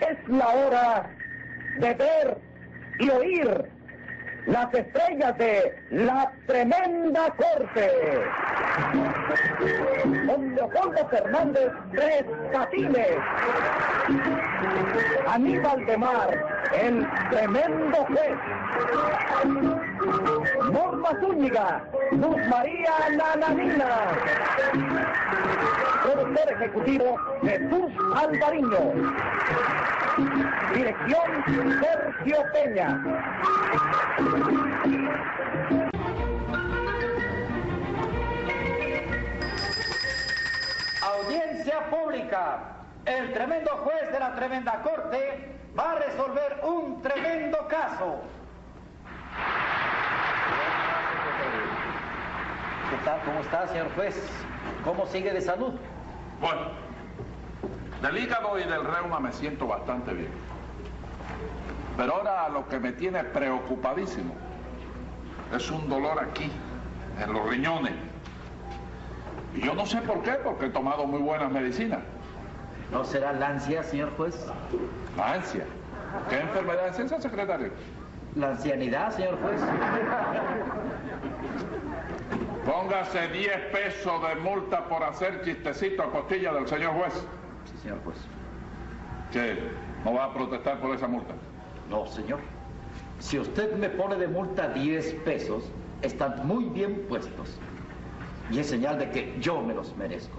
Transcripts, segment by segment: Es la hora de ver y oír las estrellas de la tremenda corte. Don Leopoldo Fernández Tres Catines. Aníbal de Mar, el tremendo juez. Norma Zúñiga, Luz María Nananina. Productor ejecutivo Jesús Alvariño. Dirección Sergio Peña. Audiencia pública. El tremendo juez de la tremenda corte va a resolver un tremendo caso. ¿Qué tal? ¿Cómo está, señor juez? ¿Cómo sigue de salud? Bueno, del hígado y del reuma me siento bastante bien. Pero ahora lo que me tiene preocupadísimo es un dolor aquí, en los riñones. Y yo no sé por qué, porque he tomado muy buenas medicinas. ¿No será la ansia, señor juez? La ansia. ¿Qué enfermedad es esa, secretario? ¿La ancianidad, señor juez? Póngase 10 pesos de multa por hacer chistecito a costilla del señor juez. Sí, señor juez. Que no va a protestar por esa multa. No, señor. Si usted me pone de multa 10 pesos, están muy bien puestos. Y es señal de que yo me los merezco.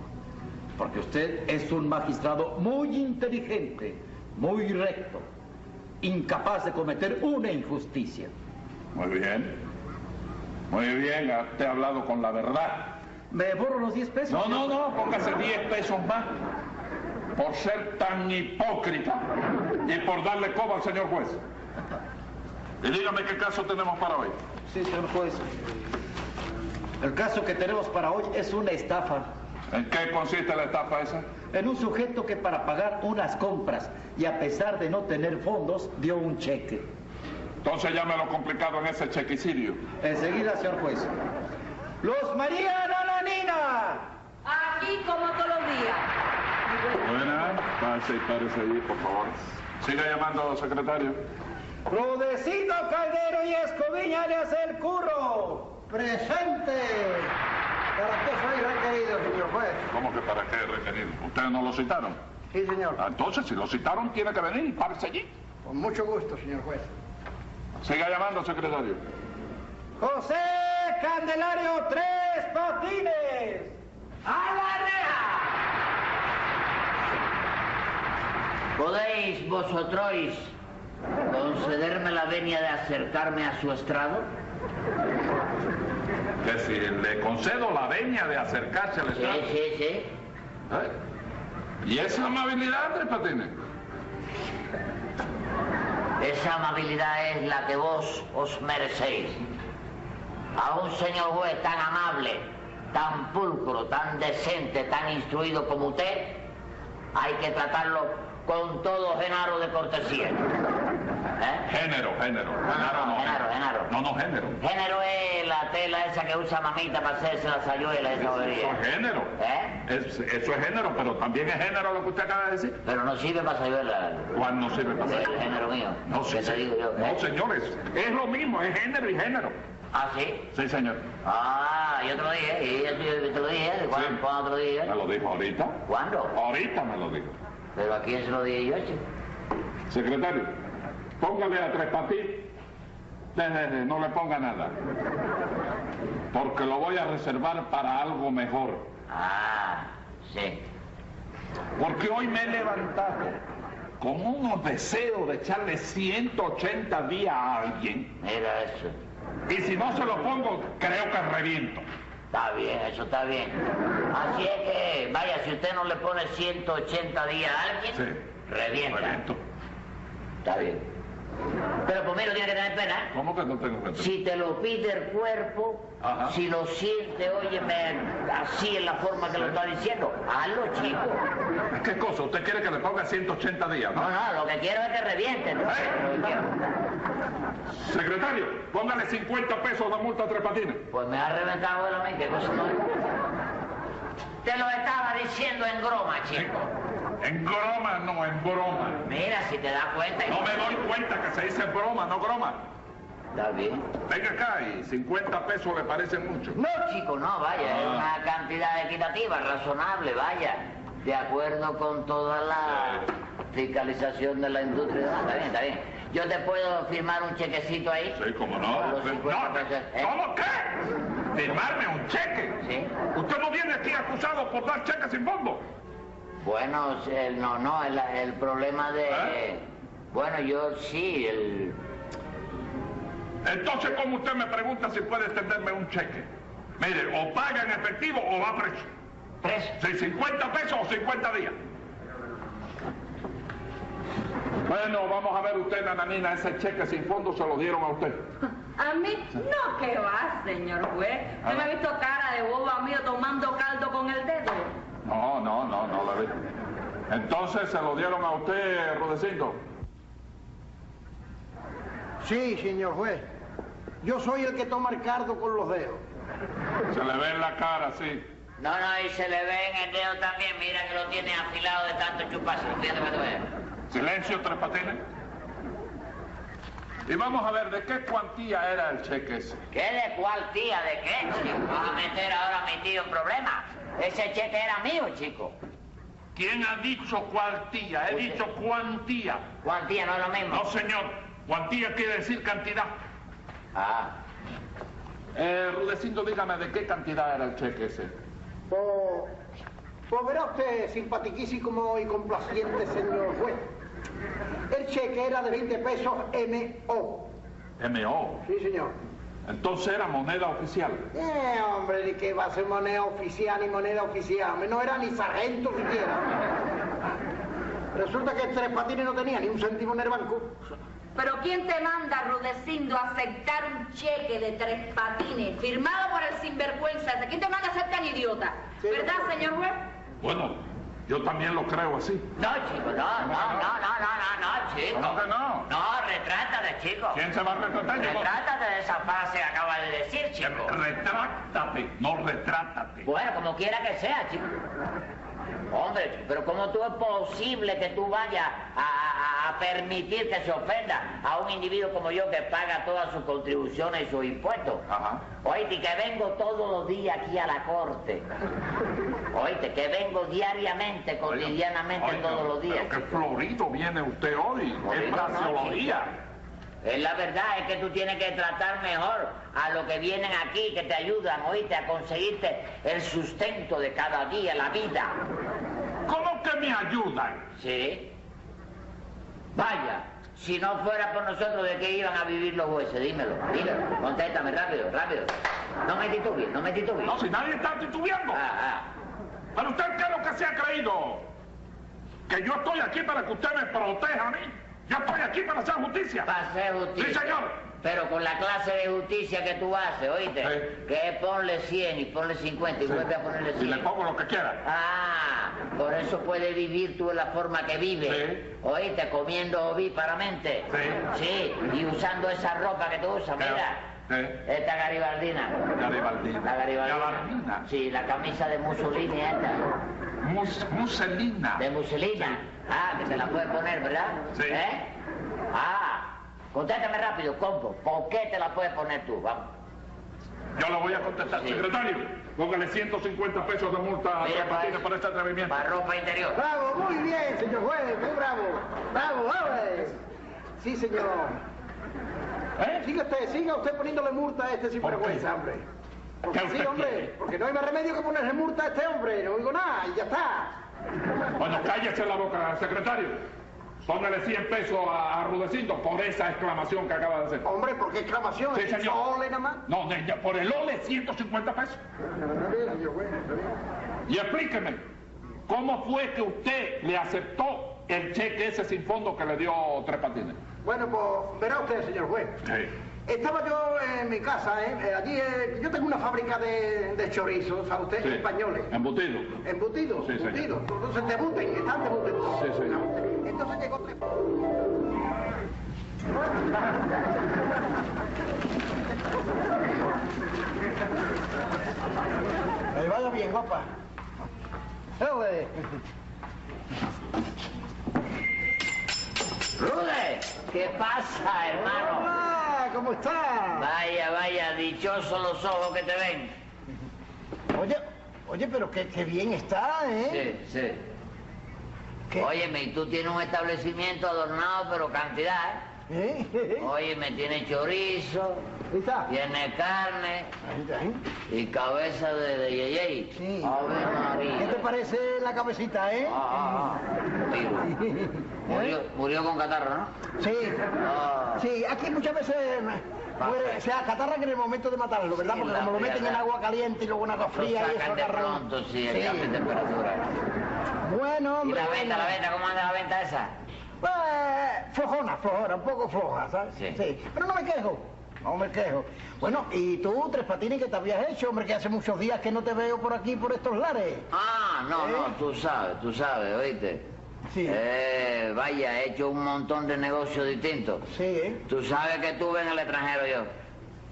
Porque usted es un magistrado muy inteligente, muy recto, incapaz de cometer una injusticia. Muy bien. Muy bien, te he hablado con la verdad. ¿Me borro los 10 pesos? No, señor no, juez? no, póngase 10 pesos más por ser tan hipócrita y por darle coba al señor juez. Y dígame qué caso tenemos para hoy. Sí, señor juez. El caso que tenemos para hoy es una estafa. ¿En qué consiste la estafa esa? En un sujeto que para pagar unas compras y a pesar de no tener fondos, dio un cheque. Entonces ya me lo complicado en ese chequicidio. Enseguida, señor juez. ¡Los María Nananina! Aquí como todos los días. Buenas, pase y párese allí, por favor. Siga llamando, secretario. Rudecito Caldero y Escoviña le hace el curro. Presente. ¿Para qué soy requerido, señor juez? ¿Cómo que para qué requerir? ¿Ustedes no lo citaron? Sí, señor. Ah, Entonces, si lo citaron, tiene que venir y párese allí. Con mucho gusto, señor juez. Siga llamando, secretario. José Candelario Tres Patines. ¡A la reja! ¿Podéis vosotros concederme la venia de acercarme a su estrado? Que si le concedo la venia de acercarse al Sí, Estado. sí, sí. ¿Eh? ¿Y esa amabilidad, Tres Patines? Esa amabilidad es la que vos os merecéis. A un señor juez tan amable, tan pulcro, tan decente, tan instruido como usted, hay que tratarlo con todo genaro de cortesía. ¿Eh? Género, género. Género no. Género, género. No, no, género. Género es la tela esa que usa mamita para hacerse la sayuela, esa Eso es bobería. género. ¿Eh? Es- eso es género, pero también es género lo que usted acaba de decir. Pero no sirve para sayuela. ¿Cuál no sirve para El género mío. No, ¿Qué sí, te sí. digo yo? ¿eh? no, señores. Es lo mismo, es género y género. ¿Ah, sí? Sí, señor. Ah, yo te lo dije. y Yo te, yo te lo dije. ¿eh? ¿Cuándo, Sí. cuándo te lo dije? ¿Me lo dijo ahorita? ¿Cuándo? Ahorita me lo dijo. ¿Pero a quién se lo dije yo, chico? Secretario, póngale a Tres Patines. Deje, No le ponga nada. Porque lo voy a reservar para algo mejor. Ah, sí. Porque hoy me he levantado con unos deseos de echarle 180 días a alguien. Mira eso. Y si no se lo pongo, creo que reviento. Está bien, eso está bien. Así es que, vaya, si usted no le pone 180 días a alguien, Sí. revienta. Está bien. Pero primero tiene que tener pena, ¿eh? ¿Cómo que no tengo que Si te lo pide el cuerpo, Ajá. si lo siente, óyeme, así en la forma que lo está diciendo, hazlo, chico. ¿Qué cosa? ¿Usted quiere que le ponga 180 días, No, no? no, lo que quiero es que reviente. ¿no? Lo que quiero. Secretario, póngale 50 pesos de multa a Tres Patines. Pues me ha reventado de la mente, cosa no es. Te lo estaba diciendo en broma, chico. En broma, no, en broma. Mira, si te das cuenta. No me doy cuenta que se dice broma, no broma. Está bien. Venga acá y 50 pesos le parece mucho. No, chico, no, vaya, es Ah. una cantidad equitativa, razonable, vaya. De acuerdo con toda la fiscalización de la industria. Ah, está bien, está bien. Yo te puedo firmar un chequecito ahí. Sí, cómo no. Con los Pues, 50 no, te- pesos, ¿eh? ¿Cómo qué? ¿Firmarme un cheque? Sí. Usted no viene aquí acusado por dar cheques sin fondo. Bueno, eh, no, no, el, el problema de... ¿Eh? Bueno, yo sí, el... Entonces, ¿cómo usted me pregunta si puede extenderme un cheque? Mire, o paga en efectivo o va preso. Preso. Si 50 pesos o 50 días. Bueno, vamos a ver usted, Nananina, ese cheque sin fondo se lo dieron a usted. A mí no que va, señor juez. Ah. ¿Usted me ha visto cara de boba mío tomando caldo con el dedo? No, no, no, no la vi. Entonces se lo dieron a usted, Rudecindo. Sí, señor juez. Yo soy el que toma el cardo con los dedos. Se le ve en la cara, sí. No, no, y se le ve en el dedo también, mira que lo tiene afilado de tanto chuparse. Fíjate para que tú veas. Silencio, tres patines. Y vamos a ver, ¿de qué cuantía era el cheque ese? ¿Qué de cuál tía? ¿De qué, chico? Vas a meter ahora a mi tío en problemas. Ese cheque era mío, chico. ¿Quién ha dicho cuantía? He Usted. dicho cuantía. ¿Cuál tía? No es lo mismo. No, señor. Cuantía quiere decir cantidad. Ah, Eh, Rudecindo, dígame, ¿de qué cantidad era el cheque ese? Po- Pues verá usted, simpatiquísimo y complaciente, señor juez. El cheque era de 20 pesos M.O. M.O. Sí, señor. Entonces era moneda oficial. Eh, hombre, ni que va a ser moneda oficial ni moneda oficial. hombre, No era ni sargento siquiera. Resulta que Tres Patines no tenía ni un céntimo en el banco. Pero ¿quién te manda, Rudecindo, a aceptar un cheque de tres patines firmado por el sinvergüenza? ese? ¿Quién te manda a ser tan idiota? Sí, ¿Verdad, doctor. señor juez? Bueno, yo también lo creo así. no, chico, no, no, no, no, no, no, no, chico. ¿Cómo que no? No, retrátate, chico. ¿Quién se va a retratar? Yo no- Retrátate de esa frase que acabas de decir, chico. Retráctate, no retrátate. Bueno, como quiera que sea, chico. Hombre, chico, pero ¿cómo tú es posible que tú vayas a, a- a permitir que se ofenda a un individuo como yo que paga todas sus contribuciones y sus impuestos? Ajá. Oíste, que vengo todos los días aquí a la corte. Oíste, que vengo diariamente, cotidianamente, Oiga, todos los días. Pero qué florido viene usted hoy. Florido Qué no, fraseología. Es la verdad, es que tú tienes que tratar mejor a los que vienen aquí, que te ayudan, oíste, a conseguirte el sustento de cada día, la vida. ¿Cómo que me ayudan? Sí. Vaya, si no fuera por nosotros, ¿de qué iban a vivir los jueces? Dímelo, dímelo. Contéstame, rápido, rápido. No me titubes, no me titubes. No, si nadie está titubeando. Ah, ah. ¿Pero usted qué es lo que se ha creído? ¿Que yo estoy aquí para que usted me proteja a mí? Yo estoy aquí para hacer justicia. Para hacer justicia. Sí, señor. Pero con la clase de justicia que tú haces, oíste. Sí. Que es ponle 100 y ponle 50 y Sí. vuelve a ponerle Y 100. le pongo lo que quiera. Ah, por eso puedes vivir tú en la forma que vives. Sí. Oíste, comiendo ovíparamente. Sí. Sí, y usando esa ropa que tú Sí. usas, mira. Sí. Esta garibaldina. Garibaldina. La garibaldina. Garibaldina. Sí, la camisa de Mussolini esta. Mus- Muselina. De muselina. Ah, que se la puede poner, ¿verdad? Sí. ¿Eh? Ah, contéstame rápido, compo. ¿Por qué te la puedes poner tú? Vamos. Yo le voy a contestar. Sí. Secretario, póngale 150 pesos de multa a Mira, Tres para Patines eso. por este atrevimiento. Para ropa interior. ¿Eh? Bravo, muy bien, señor juez, muy bravo. Bravo, bravo. Sí, señor. ¿Eh? Siga usted, siga usted poniéndole multa a este sinvergüenza, ¿Por hombre. Porque ¿Qué sí, usted hombre, quiere? porque no hay más remedio que ponerle multa a este hombre. No oigo nada y ya está. Bueno, cállese la boca, secretario. Póngale 100 pesos a, a Rudecindo por esa exclamación que acaba de hacer. Hombre, ¿por qué exclamación? Sí, ¿Es señor. ole nada más? No, ne- ya, por el ole 150 pesos. Sí, señor juez. Y explíqueme, ¿cómo fue que usted le aceptó el cheque ese sin fondo que le dio Tres Patines? Bueno, pues verá usted, señor juez. Estaba yo en mi casa, ¿eh? Eh, allí eh, yo tengo una fábrica de, de chorizos, ¿sabe usted? Sí. Españoles. Embutido. Embutidos, Sí, señor. embutidos. Entonces te buten, están te buten. Sí, señor. Entonces llegó tres. Ahí vaya bien, guapa. ¡Rude! ¿Qué pasa, hermano? Hola, Ah, ¿cómo está? Vaya, vaya, dichosos los ojos que te ven. Oye, oye, pero qué, qué bien está, ¿eh? Sí, sí. ¿Qué? Óyeme, y tú tienes un establecimiento adornado, pero cantidad. ¿Eh? ¿eh? Óyeme, tiene chorizo, Ahí está. tiene carne Ahí está, ¿eh? y cabeza de, de yeyey. Sí. Ave María. ¿Qué te parece la cabecita, eh? Ah, ah, ah. Murió, murió con catarro, ¿no? Sí. Ah. Sí, aquí muchas veces eh, muere, o sea, catarran en el momento de matarlo, ¿verdad? Sí, Porque la como lo meten friega. en agua caliente y luego en agua Lo fría y eso sacan de agarra- pronto, sí, el Sí. cambio de temperatura. Bueno, ¿Y hombre. la venta, bueno. la venta? ¿Cómo anda la venta esa? Pues, flojona, flojona, un poco floja, ¿sabes? Sí. Pero no me quejo, no me quejo. Bueno, y tú, Tres Patines, que te habías hecho, hombre, que hace muchos días que no te veo por aquí, por estos lares. Ah, no, ¿Eh? no, tú sabes, tú sabes, ¿oíste? Sí. Eh, vaya, he hecho un montón de negocios distintos. Sí, ¿eh? Tú sabes que estuve en el extranjero yo.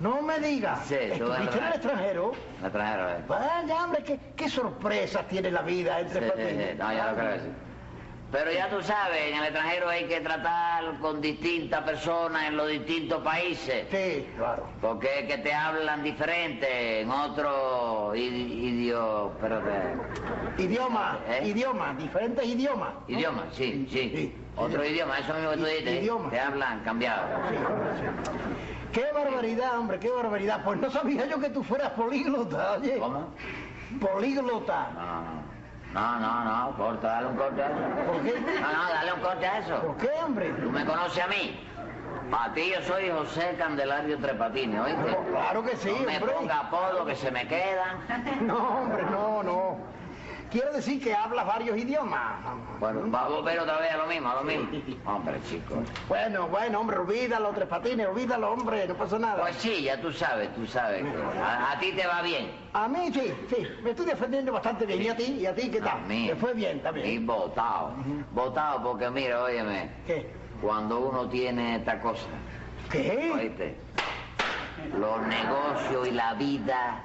No me digas. Sí, tú vas ¿Estuviste a en el ver. extranjero? El extranjero, ¿eh? Vaya, hombre, qué, qué sorpresas tiene la vida entre Sí, sí, sí. Eh, No, ya lo creo que sí. Pero ya tú sabes, en el extranjero hay que tratar con distintas personas en los distintos países. Sí, claro. Porque es que te hablan diferente en otro idi- idio- eh, espérate, Idioma, ¿Eh? idioma, diferentes idiomas. idioma, sí, sí. Sí. Otro idioma, eso mismo que tú I- dijiste. ¿eh? idioma. Te hablan cambiado. Qué barbaridad, hombre, qué barbaridad. Pues no sabía yo que tú fueras políglota, oye. ¿Cómo? Políglota. No, no, no, no, no, corta, dale un corte a eso. ¿Por qué? No, no, dale un corte a eso. ¿Por qué, hombre? Tú me conoces a mí. Para ti yo soy José Candelario Trepatini, ¿oíste? No, Oh, claro que sí, No me hombre. ponga apodo que se me quedan. No, hombre, no, no. Quiero decir que hablas varios idiomas. Bueno, vamos a volver otra vez a lo mismo, a lo mismo. Hombre, chicos. Bueno, bueno, hombre, olvídalo, tres patines, olvídalo, hombre, no pasa nada. Pues sí, ya tú sabes, tú sabes. que A, a ti te va bien. A mí sí, sí, me estoy defendiendo bastante bien. ¿Y a ti? ¿Y a ti qué A tal? mí. Me fue bien Y también. votado. Votado porque mira, óyeme, ¿Qué? cuando uno tiene esta cosa, ¿Qué? oíste, los negocios y la vida,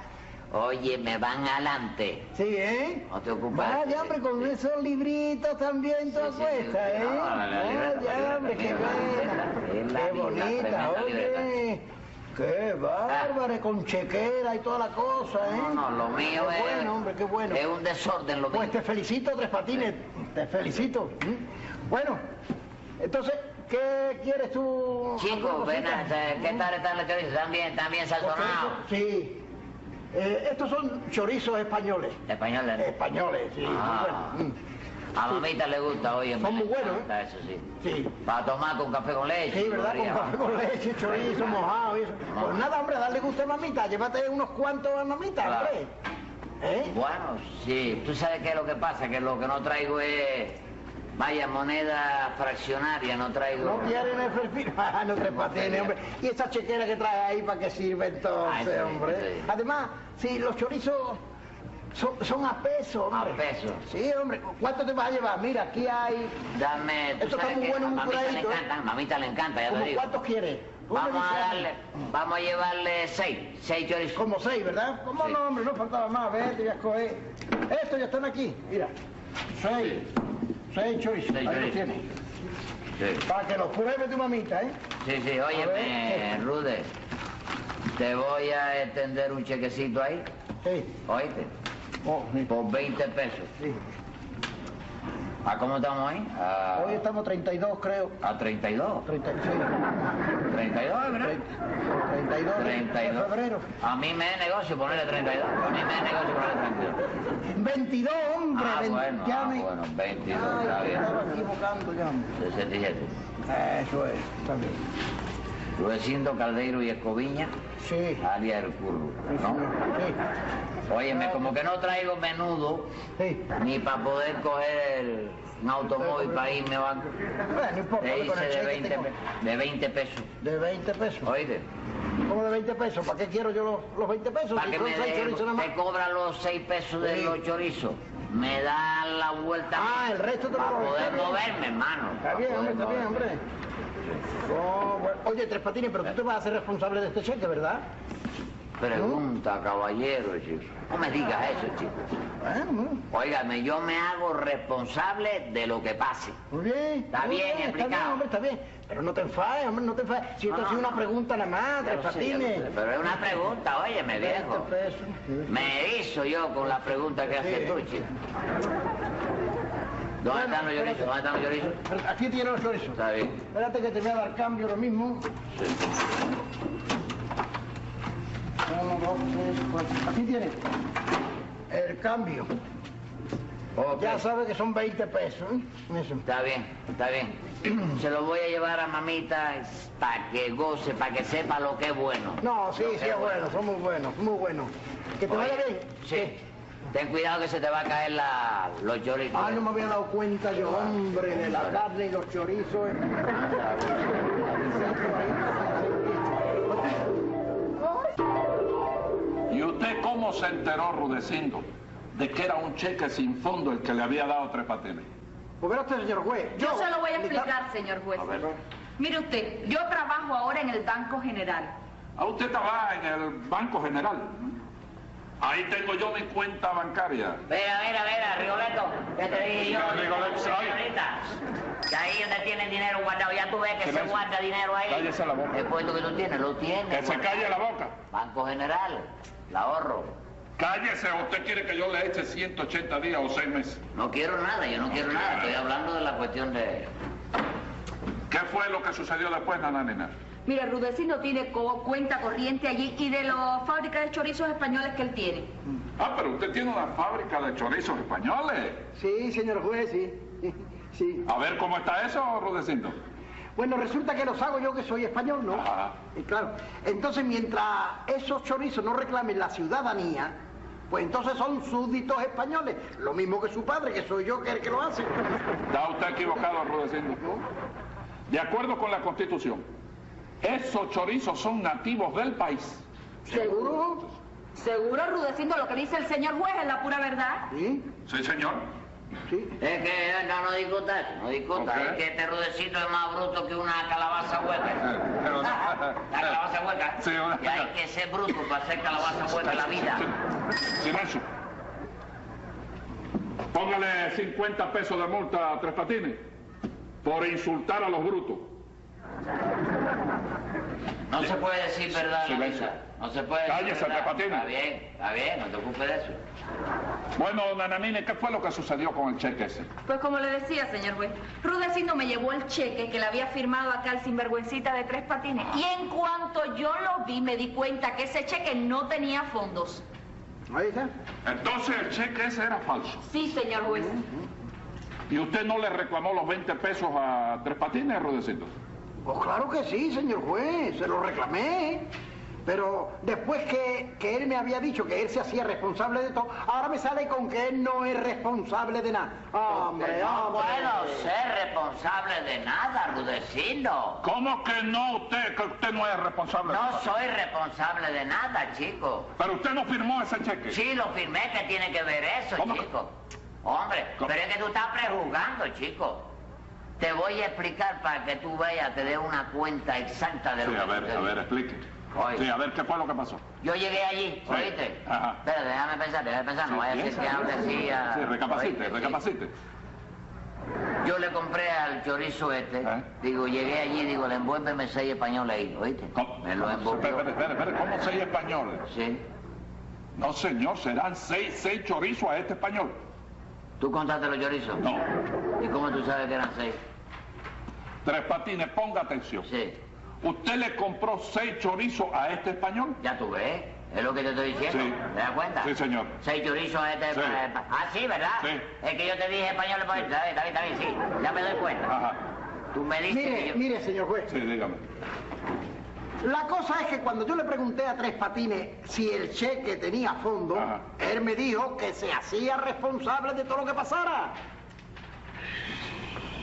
oye, me van adelante. Sí, ¿eh? No te ocupes. Vaya, hombre, con esos libritos también todo Sí, sí, cuesta, sí, sí. ¿eh? No, la- la libreta, la Vaya, libreta, hombre, qué mira, la libreta, es buena. la Qué vida, tremenda bonita, oye. libreta. Qué bárbaro, con chequera y toda la cosa, ¿eh? No, no, lo mío qué es. bueno, hombre, qué bueno. Es un desorden lo mío. Pues te felicito, Tres Patines, te felicito. ¿Mm? Bueno, entonces, ¿qué quieres tú? Chicos, ¿Alguna ven cosita? acá, ¿qué tal están los chorizos? Están bien, están bien saltonados. Sí. Eh, estos son chorizos españoles. Españoles. ¿no? Españoles, sí. Ah. muy buenos. A mamita le gusta, oye. Son muy me buenos, encanta Eso sí. Mm, Sí. Para tomar con café con leche. Sí, ¿verdad? Con podría. café con leche, chorizo, mojado y eso. Ah. Pues nada, hombre, dale gusto a mamita. Llévate unos cuantos a mamita, Claro. hombre. ¿Eh? Bueno, sí. Tú sabes qué es lo que pasa, que lo que no traigo es... Vaya, moneda fraccionaria, no traigo... No quieren efectivo. Ah, no tres patines, hombre. Y esa chequera que trae ahí, ¿para qué sirve Ah, entonces, eso sí, hombre? sí. Además, sí, los chorizos son, son a peso, hombre. A peso. Sí, hombre. ¿Cuánto te vas a llevar? Mira, aquí hay... Dame... tú Esto está sabes muy que bueno, a un mamita le curadito, ¿eh? encanta, mamita le encanta, ya ¿Cómo te digo. cuántos quieres? Tú me Vamos a dices mí. darle... Vamos a llevarle seis, seis chorizos. Como seis, ¿verdad? ¿Cómo Sí. no, hombre? No faltaba más. A ver, te voy a escoger. Estos ya están aquí. Mira. Seis. Seis chorizos. Seis Ahí los chorizos. tienes. Sí. Para que los pruebe tu mamita, ¿eh? Sí, sí, óyeme, ver. Rude. Te voy a extender un chequecito ahí, Sí. oíste, Oh, sí. por 20 pesos. Sí. ¿A cómo estamos ahí? A, Hoy estamos 32, creo. a 32. 36. 32, ¿verdad? 32, de 32. febrero. A mí me es negocio ponerle 32. A mí me es negocio ponerle 32. 22, hombre. Ah, 20, bueno, ya ah, me- bueno, 22, Ay, está me bien. estaba equivocando ya, hombre. 67. Eso es, está bien. Rudecindo Caldeiro y Escoviña, Sí. alias El Curro, ¿no? Óyeme, como que no traigo menudo Sí. Sí. ni para poder coger el- un automóvil para irme a banco. Bueno, no importa. Te hombre, con hice el de cheque 20, tengo- pe- de 20 pesos. De 20 pesos. Oíste, ¿Cómo de 20 pesos? ¿Para qué quiero yo los, los 20 pesos? para Si que son me seis dé, chorizos nada más. te cobra los 6 pesos de Sí. los chorizos. Me da la vuelta Ah, el resto te lo para cobra. poder Está bien. moverme, hermano. Está pa' bien, poder hombre, está bien, moverme. hombre. Oh, bueno. Oye, Tres Patines, pero tú te vas a hacer responsable de este cheque, ¿verdad? pregunta, caballero, chico. No me digas eso, chico. Bueno, bueno, Óigame, yo me hago responsable de lo que pase. Ah, muy bien. Está muy bien está bien, explicado. hombre, está bien. Pero no te enfades, hombre, no te enfades. Si esto No, ha sido no. una pregunta nada más, tres Ya lo sé, ya lo patines. sé, pero es una pregunta, óyeme, viejo. Tres pesos. Me hizo yo con la pregunta que haces tú, chico. ¿Dónde están los llorizos? ¿Dónde están los llorizos? Pero Aquí tiene los chorizos. Está bien. Espérate que te voy a dar cambio ahora mismo. Uno, dos, tres, cuatro. Aquí tiene el cambio. Ok. Ya sabe que son 20 pesos. ¿eh? Eso. Está bien, está bien. Se lo voy a llevar a mamita para que goce, para que sepa lo que es bueno. No, sí, Lo que sí, es bueno, son muy buenos, muy buenos. Que te vaya Oye, bien. Sí. Ten cuidado que se te va a caer la, los lloritos. Ay, Ah, no me había dado cuenta yo, hombre, de la carne y los chorizos. ¿eh? ¿Y usted cómo se enteró, Rudecindo, de que era un cheque sin fondo el que le había dado Tres Patines? Pues verá usted, señor juez. Yo se lo voy a mi explicar, señor juez. Mire usted, yo trabajo ahora en el Banco General. A Ah, usted trabaja en el Banco General. Ahí tengo yo mi cuenta bancaria. Mira, mira, mira, Rigoletto, ¿qué te dije yo? Mira, Rigoletto, se oye. Señorita, que ahí donde tienen dinero guardado, ya tú ves que se Silencio. guarda dinero ahí. Cállese la boca. El puesto que tú tienes, lo tienes. Que se guardado. calle la boca. Banco General, el ahorro. Cállese, ¿o usted quiere que yo le eche 180 días o 6 meses. No quiero nada, yo no quiero nada, estoy hablando de la cuestión de... ¿Qué fue lo que sucedió después, nananina? Mire, Rudecindo tiene co- cuenta corriente allí y de las fábricas de chorizos españoles que él tiene. Ah, pero usted tiene una fábrica de chorizos españoles. Sí, señor juez, sí. Sí. A ver cómo está eso, Rudecindo. Bueno, resulta que los hago yo que soy español, ¿no? Ajá. Y claro, entonces mientras esos chorizos no reclamen la ciudadanía, pues entonces son súbditos españoles, lo mismo que su padre, que soy yo que el que lo hace. Está usted equivocado, Rudecindo. De acuerdo con la Constitución, esos chorizos son nativos del país. ¿Seguro? Seguro, Rudecindo, lo que dice el señor juez es la pura verdad. Sí, Sí, señor. sí. Es que eh, no, no discuta eso, no discuta. Ok. Es que este rudecito es más bruto que una calabaza hueca. Pero La calabaza hueca. Sí, una- Y hay que ser bruto para hacer calabaza hueca en la vida. Silencio. Póngale 50 pesos de multa a Tres Patines por insultar a los brutos. No se puede decir verdad en la Silencio. vida. No se puede Cállese, decir verdad. Tapatín. Está bien, está bien, no te ocupes de eso. Bueno, Nananine, ¿qué fue lo que sucedió con el cheque ese? Pues como le decía, señor juez, Rudecindo me llevó el cheque que le había firmado acá el sinvergüencita de tres patines. Y en cuanto yo lo vi, me di cuenta que ese cheque no tenía fondos. Ahí está. Entonces el cheque ese era falso. Sí, señor juez. ¿Y usted no le reclamó los 20 pesos a Tres Patines, Rudecindo? Pues claro que sí, señor juez, se lo reclamé. Pero después que, que él me había dicho que él se hacía responsable de todo, ahora me sale con que él no es responsable de nada. Ah, Hombre, no hombre. puedo ser responsable de nada, Rudecindo. ¿Cómo que no usted, que usted no es responsable? No soy responsable de nada, chico. Pero usted no firmó ese cheque. Sí, lo firmé, que tiene que ver eso, ¿Cómo que- chico? Hombre, ¿Cómo? pero es que tú estás prejuzgando, chico. Te voy a explicar para que tú veas, te dé una cuenta exacta de lo Sí, que a ver, a sucedió. ver, explique. Oye. Sí, a ver, ¿qué fue lo que pasó? Yo llegué allí, Sí. ¿oíste? Ajá. Pero déjame pensar, déjame pensar, no Sí, vaya a ser piensa, que hable piensa. así a... Sí, recapacite, ¿oíste? Ah, Sí. recapacite. Yo le compré al chorizo este, ¿Eh? digo, llegué allí, digo, le envuélveme seis españoles ahí, ¿oíste? ¿Cómo? Me lo envolvió. Espere, espere, espere, ¿cómo seis españoles? Sí. No, señor, serán seis, seis chorizos a este español. ¿Tú contaste los chorizos? No. ¿Y cómo tú sabes que eran seis? Tres patines, ponga atención. Sí. ¿Usted le compró seis chorizos a este español? Ya tú ves, es lo que te estoy diciendo. Sí. ¿Te das cuenta? Sí, señor. Seis chorizos este Sí. para- para- Ah, sí, ¿verdad? Sí. Es que yo te dije español pues, para Está bien, está bien, está bien, sí. Ya me doy cuenta. Ajá, Tú me dices que Mire, yo... mire, señor juez. sí, dígame. La cosa es que cuando yo le pregunté a Tres Patines si el cheque tenía fondo, Ajá. él me dijo que se hacía responsable de todo lo que pasara.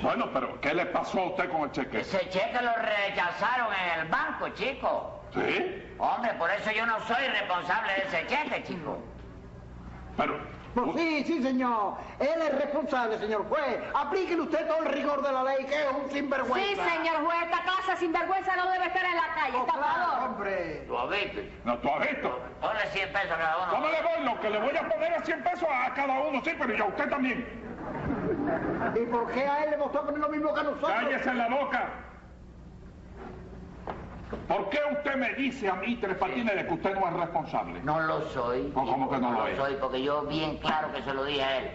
Bueno, pero ¿qué le pasó a usted con el cheque? Ese cheque lo rechazaron en el banco, chico. ¿Sí? Hombre, por eso yo no soy responsable de ese cheque, chico. Pero, Pues No, Pues sí, sí, señor. Él es responsable, señor juez. Aplíquele usted todo el rigor de la ley, que es un Sí, sinvergüenza. señor juez, esta clase de sinvergüenza no debe estar en la calle, Oh, claro, estafador. hombre. ¿Tú has visto? No, tú has visto. Ponle 100 pesos a cada No uno. me le voy, lo que le voy a poner a 100 pesos a cada uno, sí, pero y a usted también. ¿Y por qué a él le mostró poner lo mismo que a nosotros? Cállese la boca. ¿Por qué usted me dice a mí, Tres Patines, de que usted no es responsable? No lo soy. No, ¿cómo que no lo es? soy? Porque yo bien claro que se lo dije a él.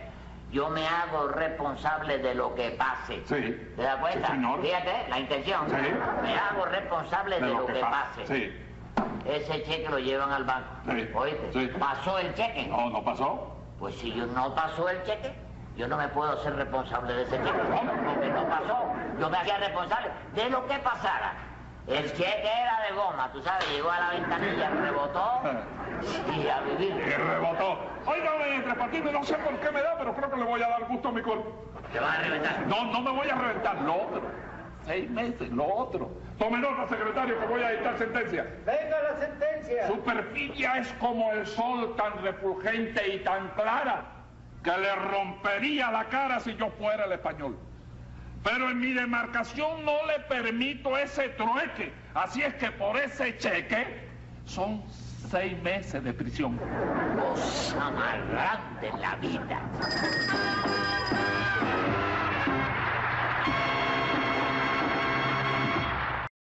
Yo me hago responsable de lo que pase. Sí. ¿Te das cuenta? Sí, señor. Fíjate, la intención. Sí. Me hago responsable de, lo que, pase. Sí. Ese cheque lo llevan al banco. Sí. ¿Oíste? Sí. ¿Pasó el cheque? No, no pasó. Pues si yo no pasó el cheque, yo no me puedo hacer responsable de ese cheque. ¿Cómo? Porque no pasó. Yo me hacía responsable de lo que pasara. El cheque era de goma, tú sabes, llegó a la ventanilla, rebotó y a Y vivir. rebotó. Óigame, Tres Patines, no sé por qué me da, pero creo que le voy a dar gusto a mi cuerpo. Te vas a reventar. No, no me voy a reventar. Lo otro. Seis meses, lo otro. Tome nota, secretario, que voy a dictar sentencia. Venga la sentencia. Su perfidia es como el sol tan refulgente y tan clara que le rompería la cara si yo fuera el español. Pero en mi demarcación no le permito ese trueque. Así es que por ese cheque son seis meses de prisión. Cosa más grande en la vida.